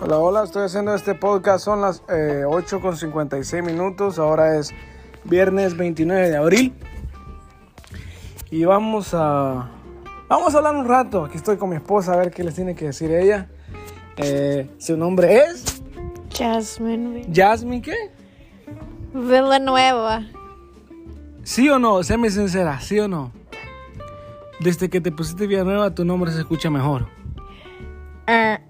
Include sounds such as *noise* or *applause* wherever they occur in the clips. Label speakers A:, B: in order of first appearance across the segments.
A: Hola, hola, estoy haciendo este podcast, son las eh, 8 con 56 minutos, ahora es viernes 29 de abril y vamos a, vamos a hablar un rato, aquí estoy con mi esposa a ver qué les tiene que decir ella. Eh, su nombre es
B: Jasmine
A: Jasmine, ¿qué?
B: Villanueva.
A: ¿Sí o no? Séme sincera, ¿sí o no? Desde que te pusiste Villanueva tu nombre se escucha mejor.
B: Er,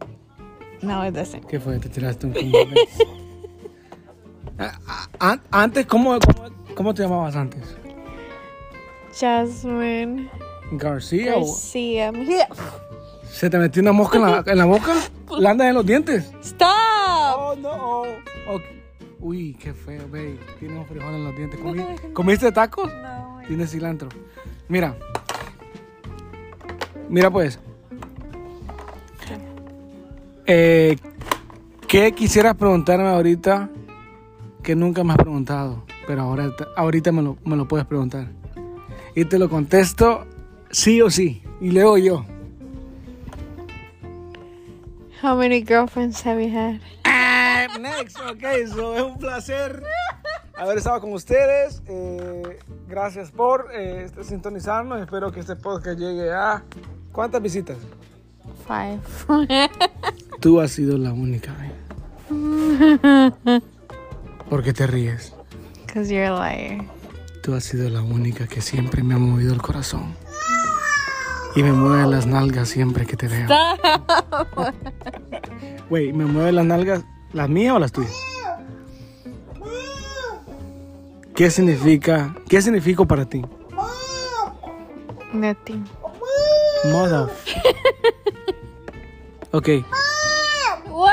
B: no, it doesn't.
A: ¿Qué fue? Te tiraste un combo. Ah, ah, an- antes, ¿cómo, cómo, cómo te llamabas antes?
B: Jasmine
A: ¿García? o-
B: Garcia. Yeah.
A: ¿Se te metió una mosca en
B: *laughs*
A: la, en la boca?
B: Pues
A: ¿La andas en los dientes?
B: Stop!
A: Oh, no. Uy, qué feo, babe. Tiene un frijol en los dientes. ¿Comi- ¿Comiste tacos?
B: No,
A: Tiene cilantro. Mira. Mira pues. Eh, ¿Qué quisieras preguntarme ahorita que nunca me has preguntado? Pero ahora, ahorita me lo, me lo puedes preguntar. Y te lo contesto sí o sí. Y leo yo.
B: How many girlfriends have you had?
A: Ah, Next, ok, so es un placer haber estado con ustedes. Eh, gracias por eh, este- sintonizarnos. Espero que este podcast llegue a. ¿Cuántas visitas?
B: Five.
A: Tú has sido la única. eh. ¿Por qué te ríes?
B: Because you're a liar.
A: Tú has sido la única que siempre me ha movido el corazón. Y me mueve las nalgas siempre que te veo. Güey, ¿me mueve las nalgas las mías o las tuyas? ¿Qué significa? ¿Qué significó para ti?
B: Nothing.
A: Mother. Ok,
B: What?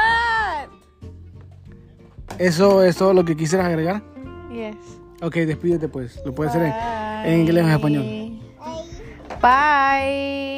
A: eso es todo lo que quisieras agregar.
B: Yes.
A: Ok, despídete pues. Lo puedes hacer en, en inglés o en español.
B: Bye.